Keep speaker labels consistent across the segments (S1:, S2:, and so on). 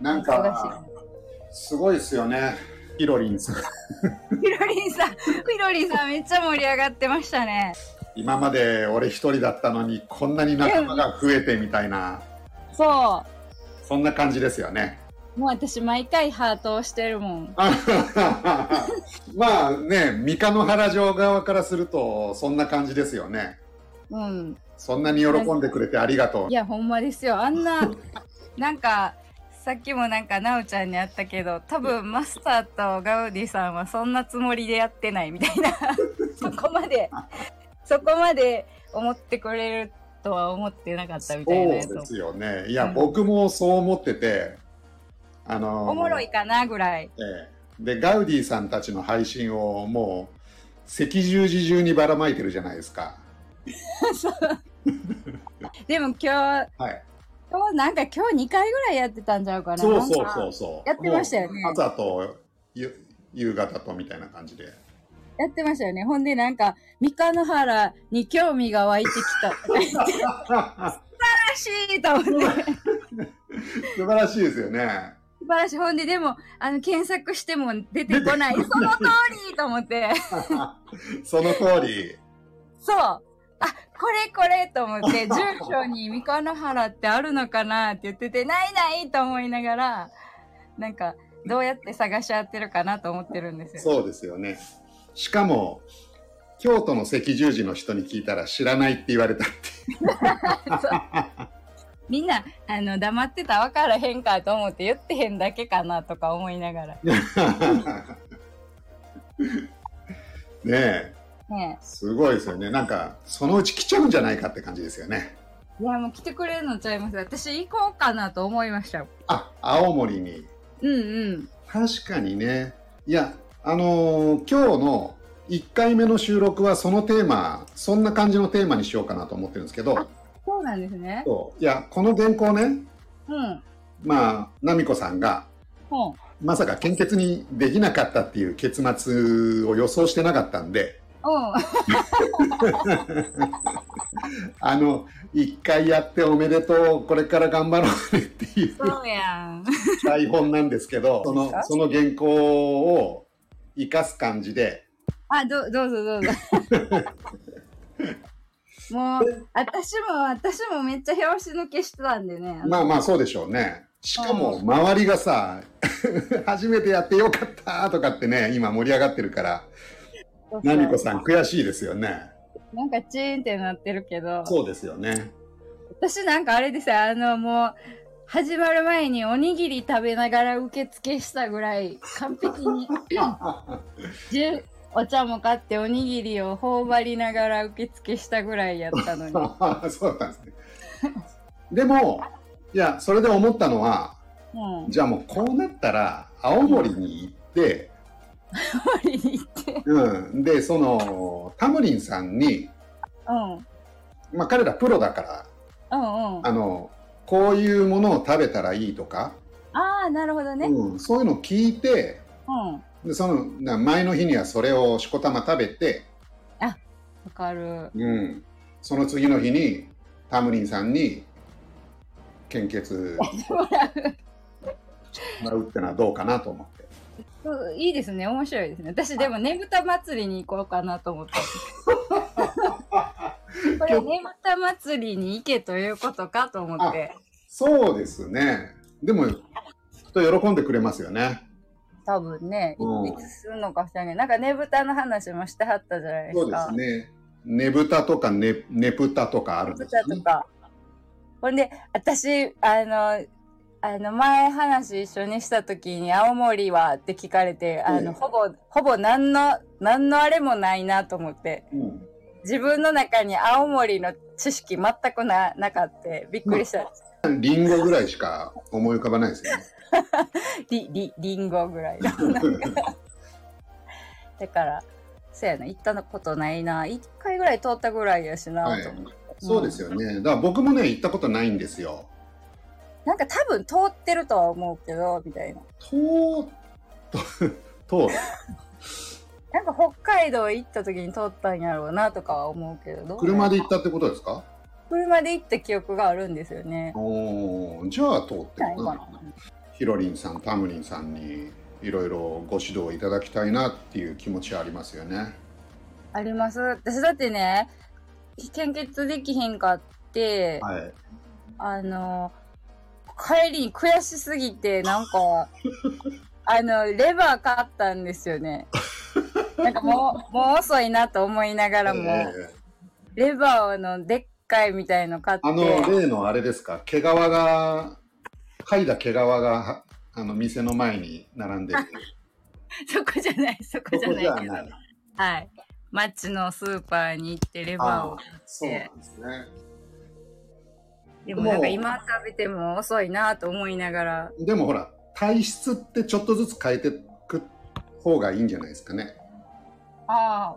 S1: なんか、すごいですよね。ヒロリンさん。
S2: ヒロリンさん、ヒロリンさんめっちゃ盛り上がってましたね。
S1: 今まで俺一人だったのに、こんなに仲間が増えてみたいな、
S2: そ
S1: そんな感じですよね。
S2: う。もう私毎回ハートをしてるもん。
S1: あはははまあね、三日の原城側からすると、そんな感じですよね。
S2: うん。
S1: そんなに喜んでくれてありがとう
S2: い。や、ほんまですよ。あんな、なんか、さっきもなんか、なおちゃんにあったけど、多分マスターとガウディさんはそんなつもりでやってないみたいな、 そこまで、そこまで思ってくれるとは思ってなかったみたいなやつ
S1: そう
S2: を
S1: ですよね。いや、
S2: うん
S1: 僕もそう思ってて、あのー
S2: おもろいかなぐらい。
S1: ええで、ガウディさんたちの配信をもう、赤十字中にばらまいてるじゃないですか。
S2: でも今日、
S1: はい。
S2: 今日なんか今日2回ぐらいやってたんちゃうかな。
S1: そうそう
S2: なん
S1: そ
S2: か
S1: うそう。
S2: やってましたよね
S1: もう朝とゆ夕方とみたいな感じで。
S2: やってましたよね。ほんでなんか、三日野原に興味が湧いてきた。素晴らしいと思って。
S1: 素晴らしいですよね。
S2: 素晴らしい。ほんで、でも、あの、検索しても出てこない。その通りと思って。
S1: その通り。
S2: そう。あ、これこれと思 って、住所に三河野原ってあるのかなって言ってて、ないないと思いながら、なんか、どうやって探し合ってるかなと思ってるんですよ。
S1: そうですよね。しかも、京都の赤十字の人に聞いたら知らないって言われたって。
S2: みんな、あの、黙ってたら分からへんかと思って言ってへんだけかなとか思いながら。
S1: ねえ、
S2: ね
S1: すごいですよね。なんか、そのうち来ちゃうんじゃないかって感じですよね。
S2: え。いや、もう来てくれるのちゃいます。私行こうかなと思いました。
S1: あ、青森に。
S2: うんうん。
S1: 確かにね。いや、あのー今日の1回目の収録はそのテーマ、そんな感じのテーマにしようかなと思ってるんですけど、
S2: そうなんですね。
S1: そういや、この原稿ね、
S2: うん。
S1: まあ、奈美子さんが、
S2: ほ
S1: まさか献血にできなかったっていう結末を予想してなかったんで、
S2: う。うん。
S1: あの、一回やっておめでとう、これから頑張ろうねっていう
S2: そうやん。
S1: 台本なんですけど、そ
S2: そうで
S1: の、
S2: す
S1: その原稿を生かす感じで、
S2: あ、どう、どうぞどう ぞ。もう、私も、私もめっちゃ拍子抜けしてたんでね。
S1: まあまあそうでしょうね。しかも周りがさ、 初めてやってよかったとかってね、今盛り上がってるから、
S2: そうそう
S1: 奈美子さん悔しいですよね。
S2: なんかチーンってなってるけど、
S1: そうですよね。
S2: 私なんかあれですよ、あの、もう、始まる前におにぎり食べながら受付したぐらい、完璧に、じゅお茶も買っておにぎりを頬張りながら受付したぐらいやった のに。
S1: そうなんですね。でも、いや、それで思ったのは、
S2: もう、
S1: じゃあもうこうなったら青森に行って、
S2: パリに行って。
S1: うん、でそのタムリンさんに、
S2: うん。うん
S1: まあ、彼らプロだから
S2: うん。
S1: あのこういうものを食べたらいいとか、
S2: ああ、なるほどね。うん。
S1: うん、そういうのを聞いて
S2: わ
S1: でそのな前の日にはそれをしこたま食べて、
S2: かる。
S1: うん、その次の日にタムリンさんに献 血
S2: もらう。
S1: もらうってのはどうかなと思って。
S2: そういいですね、面白いですね。私、でも、ねぶた祭りに行こうかなと思って。これ、ねぶた祭りに行けということかと思って。
S1: そうですね。でも、きっと喜んでくれますよね。
S2: 多分ね、
S1: うん
S2: いいつするのかしらね。なんかねぶたの話もしてはったじゃないで
S1: そ
S2: す
S1: うで
S2: か。
S1: すね。ねぶたとかね、ねぶたとかあるんです
S2: 豚
S1: ね
S2: と。か。ほんで、私、あの、あの、前話一緒にした時に、青森はって聞かれて、あ
S1: う
S2: の、
S1: ん
S2: ほぼ、ほぼ何の、何のあれもないなと思って。
S1: うん、
S2: 自分の中に青森の知識全くななかってびっくりした、
S1: リンゴぐらいしか思い浮かばないですよね。
S2: りりりんごぐらい だからそうやな行ったことないな1回ぐらい通ったぐらいやしな、
S1: はい
S2: と思って
S1: そうですよね。だから僕もね、行ったことないんですよ。
S2: なんか多分通ってるとは思うけどみたいな
S1: とと、と、
S2: なんか北海道行った時に通ったんやろうなとかは思うけどどうなん
S1: 車で行ったってことですか
S2: 車で行った記憶があるんですよね
S1: おーじゃあ通って
S2: ない
S1: る
S2: か
S1: な。
S2: な
S1: ヒロリンさんタムリンさんにいろいろご指導いただきたいなっていう気持ちはありますよね。
S2: あります。私だってね、献血できひんかって、
S1: はい、
S2: あの、帰りに悔しすぎて、なん か、あの、レバー買ったんですよね。なんかもう、もう遅いなと思いながらも、
S1: えー
S2: レバーのでっかいみたいの買って、
S1: あの例のあれですか毛皮が嗅いだ毛皮があの店の前に並んでる
S2: そこじゃない、そこじゃ
S1: こ
S2: ないけ
S1: は
S2: ど。はい。町のスーパーに行ってレバー
S1: あ
S2: を
S1: あ。そうなんですね。
S2: でもなん
S1: も
S2: か
S1: う
S2: 今食べても遅いなと思いながら。
S1: でもほら体質ってちょっとずつ変えてく方がいいんじゃないですかね。
S2: ああ、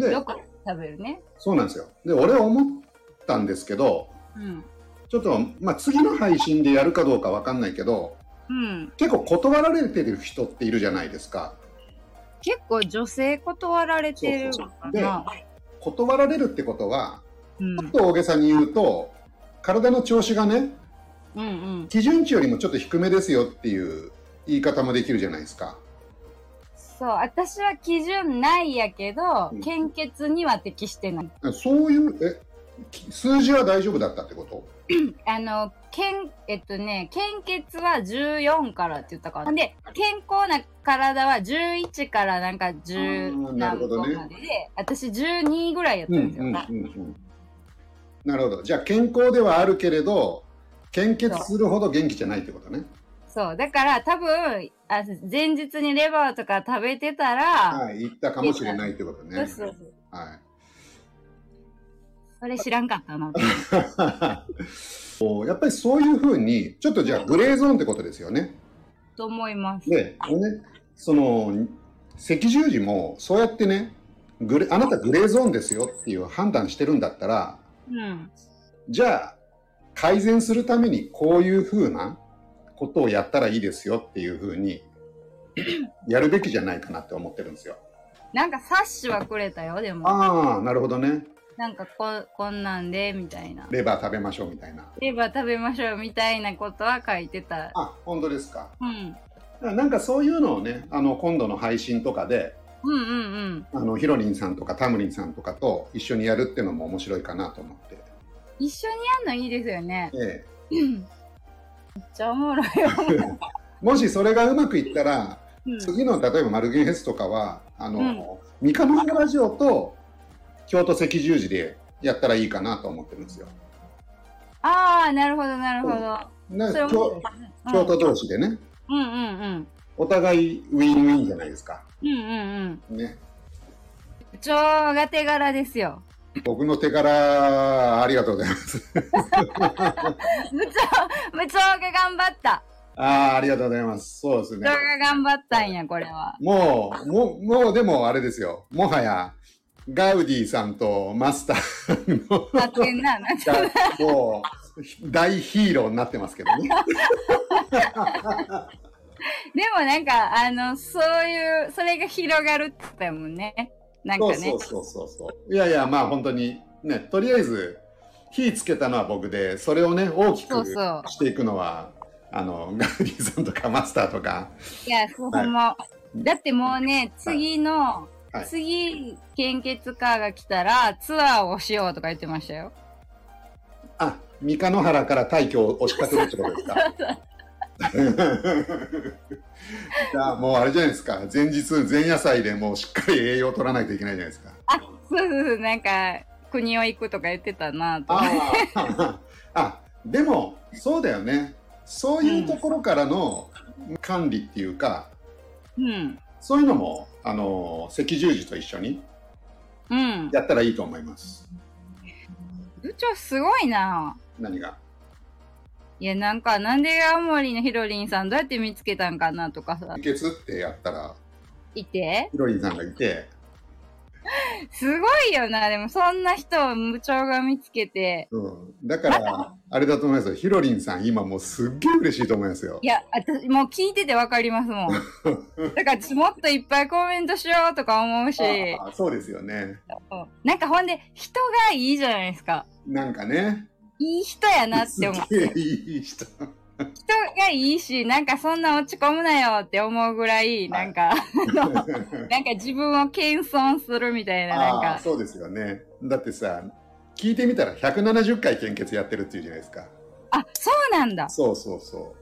S1: で
S2: よく食べるね。
S1: そうなんですよ。で俺思ったんですけど
S2: うん。
S1: ちょっと、まあ、次の配信でやるかどうかわかんないけど
S2: うん。
S1: 結構断られてる人っているじゃないですか。
S2: 結構女性断られてるのかな。
S1: 断られるってことは
S2: うん
S1: ちょっと大げさに言うと体の調子がね
S2: うんうん。
S1: 基準値よりもちょっと低めですよっていう言い方もできるじゃないですか。
S2: そう、私は基準ないやけど
S1: うん、
S2: 献血には適してない。
S1: そういうえき数字は大丈夫だったってこと
S2: あの、献、えっとね、献血は14からって言ったから。で、健康な体は11からなんか
S1: あ
S2: 10
S1: ーなる
S2: 何
S1: ほ
S2: 個
S1: どね
S2: までで、私12ぐらいやった
S1: うん
S2: んです
S1: うんう
S2: よ。
S1: んうんなるほどじゃあ健康ではあるけれど献血するほど元気じゃないってことね
S2: そう、だから多分、あ前日にレバーとか食べてたら、
S1: はい言ったかもしれないってこと
S2: そう
S1: ね
S2: そうそう
S1: はい
S2: それ知らんかったな。
S1: おやっぱりそういうふうにちょっとじゃあグレーゾーンってことですよね
S2: と思います。
S1: でこれねその赤十字もそうやってねグレあなたグレーゾーンですよっていう判断してるんだったら
S2: うん。
S1: じゃあ改善するためにこういうふうなことをやったらいいですよっていうふうにやるべきじゃないかなって思ってるんですよ。
S2: なんか冊子はくれたよ、でも。
S1: ああなるほどね
S2: なんかここんなんで、みたいな。
S1: レバー食べましょうみたいな。
S2: レバー食べましょう、みたいなことは書いてた。
S1: あ本当ですか。
S2: うん。
S1: なんかそういうのをねあの今度の配信とかで
S2: うんうんうん。
S1: あのヒロリンさんとかタムリンさんとかと一緒にやるっていうのも面白いかなと思って。
S2: 一緒にやるのいいですよね。
S1: ええ、
S2: めっちゃおもろいよ。
S1: もしそれがうまくいったら
S2: うん
S1: 次の例えばマルゲンヘスとかはあの、
S2: うん
S1: 三河原ラジオと京都赤十字でやったらいいかなと思ってるんですよ。
S2: ああ、なるほど、なるほど。
S1: ね
S2: それ
S1: 京
S2: も。うん
S1: 京都同士でね、
S2: うんうんうん。
S1: お互いウィンウィンじゃないですか。
S2: うんうんうん。
S1: ね、
S2: 部長が手柄ですよ。
S1: 僕の手柄ありがとうございます。
S2: 部長、部長が頑張った。
S1: ああありがとうございます。そうです
S2: 部
S1: ね
S2: 長。が頑張ったんや、これは。
S1: もうもうもうでもあれですよ。もはやガウディさんとマスターの
S2: 勝 手にな、なんか
S1: がもう大ヒーローになってますけどね。
S2: でもなんか、あの、そういう、それが広がるって言ったもんね。なんか
S1: そう
S2: ね。
S1: そうそうそうそういやいやまあ本当にねとりあえず火つけたのは僕でそれをね大き
S2: そ
S1: く
S2: うそう
S1: していくのはあのガウディさんとかマスターとか
S2: いや、そうほんま。だってもうね、次の、
S1: はい
S2: 次、献血カーが来たら、ツアーをしようとか言ってましたよ。
S1: あ三日野原から退去を押しかけるってことですか じゃあもうあれじゃないですか前日前夜祭でもうしっかり栄養取らないといけないじゃないですか
S2: そうそうそう、なんか、国を行くとか言ってたなと。
S1: あー あでもそうだよねそういうところからの管理っていうか、
S2: うん。
S1: そういうのも、あの赤十字と一緒に
S2: うん。
S1: やったらいいと思います。
S2: 部長すごいな。
S1: 何が。
S2: いや、なんか、なんで青森のヒロリンさんどうやって見つけたんかなとかさ
S1: 輸、血ってやったら、
S2: いて。
S1: ヒロリンさんがいて、
S2: すごいよな。でも、そんな人を部長が見つけて。
S1: うん、だから、あれだと思いますよ。ヒロリンさん、今もうすっげえ嬉しいと思いますよ
S2: い。や、私、もう聞いててわかりますもん。 だから、もっといっぱいコメントしようとか思うし、
S1: あーそうですよね。
S2: なんかほんで、人がいいじゃないですか。
S1: なんかね、
S2: いい人やなって
S1: すっ
S2: 思う。
S1: げえいい人。
S2: がいいし、なんかそんな落ち込むなよって思うぐらい、なんか、 なんか自分を謙遜するみたいな、なん
S1: ああ
S2: か
S1: ー、そうですよねだってさ聞いてみたら170回献血やってるっていうじゃないですか
S2: あ、そうなんだ。
S1: そうそうそ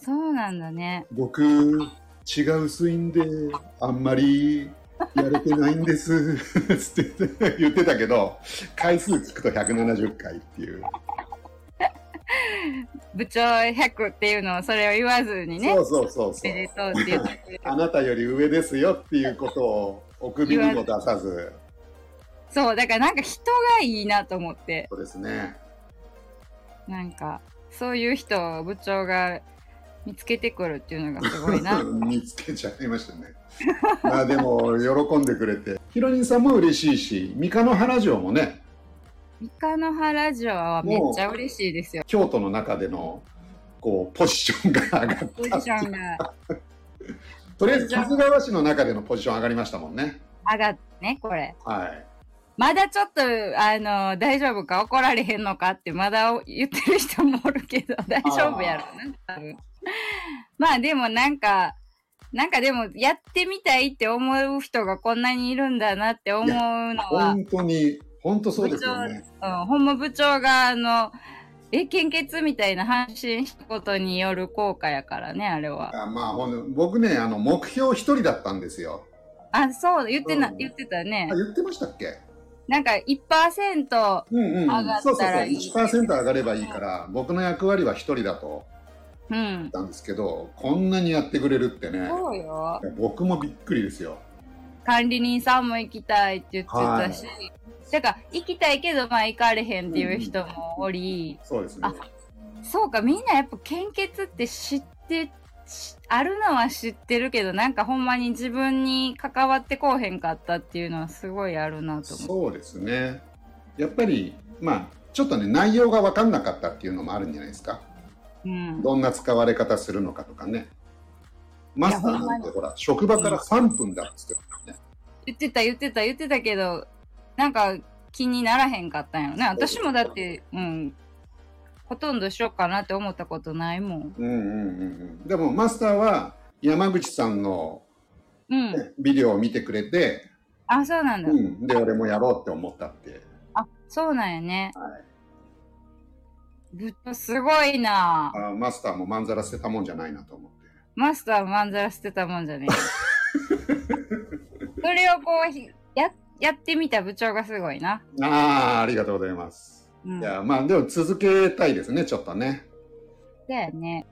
S1: う
S2: そうなんだね。
S1: 僕血が薄いんであんまりやれてないんです つって言ってたけど回数聞くと170回っていう、
S2: 部長100っていうのを、それを言わずにね、
S1: そうそうそうそ
S2: おめで
S1: う
S2: とうって言ってくれる
S1: あなたより上ですよっていうことをお首にも出さず
S2: そう、だからなんか人がいいなと思って、
S1: そうですね
S2: なんか、そういう人を部長が見つけてくるっていうのがすごい な。
S1: 見つけちゃいましたね まあでも喜んでくれてヒロニンさんも嬉しいし三河の原城もね
S2: 三河の原城はめっちゃ嬉しいですよ。
S1: 京都の中でのこうポジションが上がっ
S2: ポジションが
S1: とりあえず春日和市の中でのポジション上がりましたもんね
S2: 上がってね、これ。
S1: はい
S2: まだちょっと、あの、大丈夫か怒られへんのかって、まだ言ってる人もおる けど、大丈夫やろな、多分。まあでもなんか、なんかでも、やってみたいって思う人がこんなにいるんだなって思うのは、
S1: 本当に本当そうですよね
S2: うん、本部部長が、あの、え、献血みたいな発信したことによる効果やからね、あれは。
S1: あまあほん僕ねあの目標一人だったんですよ
S2: あ、そう、言ってな、
S1: うん
S2: 言ってたね
S1: あ。言ってましたっけ
S2: なんか1%、
S1: うんうん
S2: 上がったら
S1: そうそうそう
S2: いい
S1: 1%上がればいいから僕の役割は一人だと
S2: うん。
S1: 言ったんですけどこんなにやってくれるってね
S2: そうよ。
S1: 僕もびっくりですよ
S2: 管理人さんも行きたいって言ってたし、だから行きたいけどまあ行かれへんっていう人もおり、
S1: そうですね
S2: あそうかみんなやっぱ献血って知ってしあるのは知ってるけどなんかほんまに自分に関わってこうへんかったっていうのはすごいあるなと思う。
S1: そうですねやっぱりまあちょっとね内容が分かんなかったっていうのもあるんじゃないですか
S2: うん、
S1: どんな使われ方するのかとかねマスターなんてほら職場から3分だっつってたね
S2: 言ってた言ってた言ってたけどなんか気にならへんかったんやろね私もだって、うん、ほとんどしようかなって思ったことないもん。
S1: うんうんうんうんでもマスターは山口さんの
S2: うん、
S1: ねビデオを見てくれて、
S2: あそうなんだ。
S1: うん、で俺もやろうって思ったって
S2: あ、そうなんやね。
S1: は
S2: ぶっとすごいなぁ
S1: あマスターもまんざら捨てたもんじゃないなと思って
S2: マスターまんざらしてたもん じゃねえ。それをこうひや、やってみた部長がすごいな。
S1: ああありがとうございます
S2: うん、
S1: いやまあでも続けたいですねちょっとね。
S2: だよね。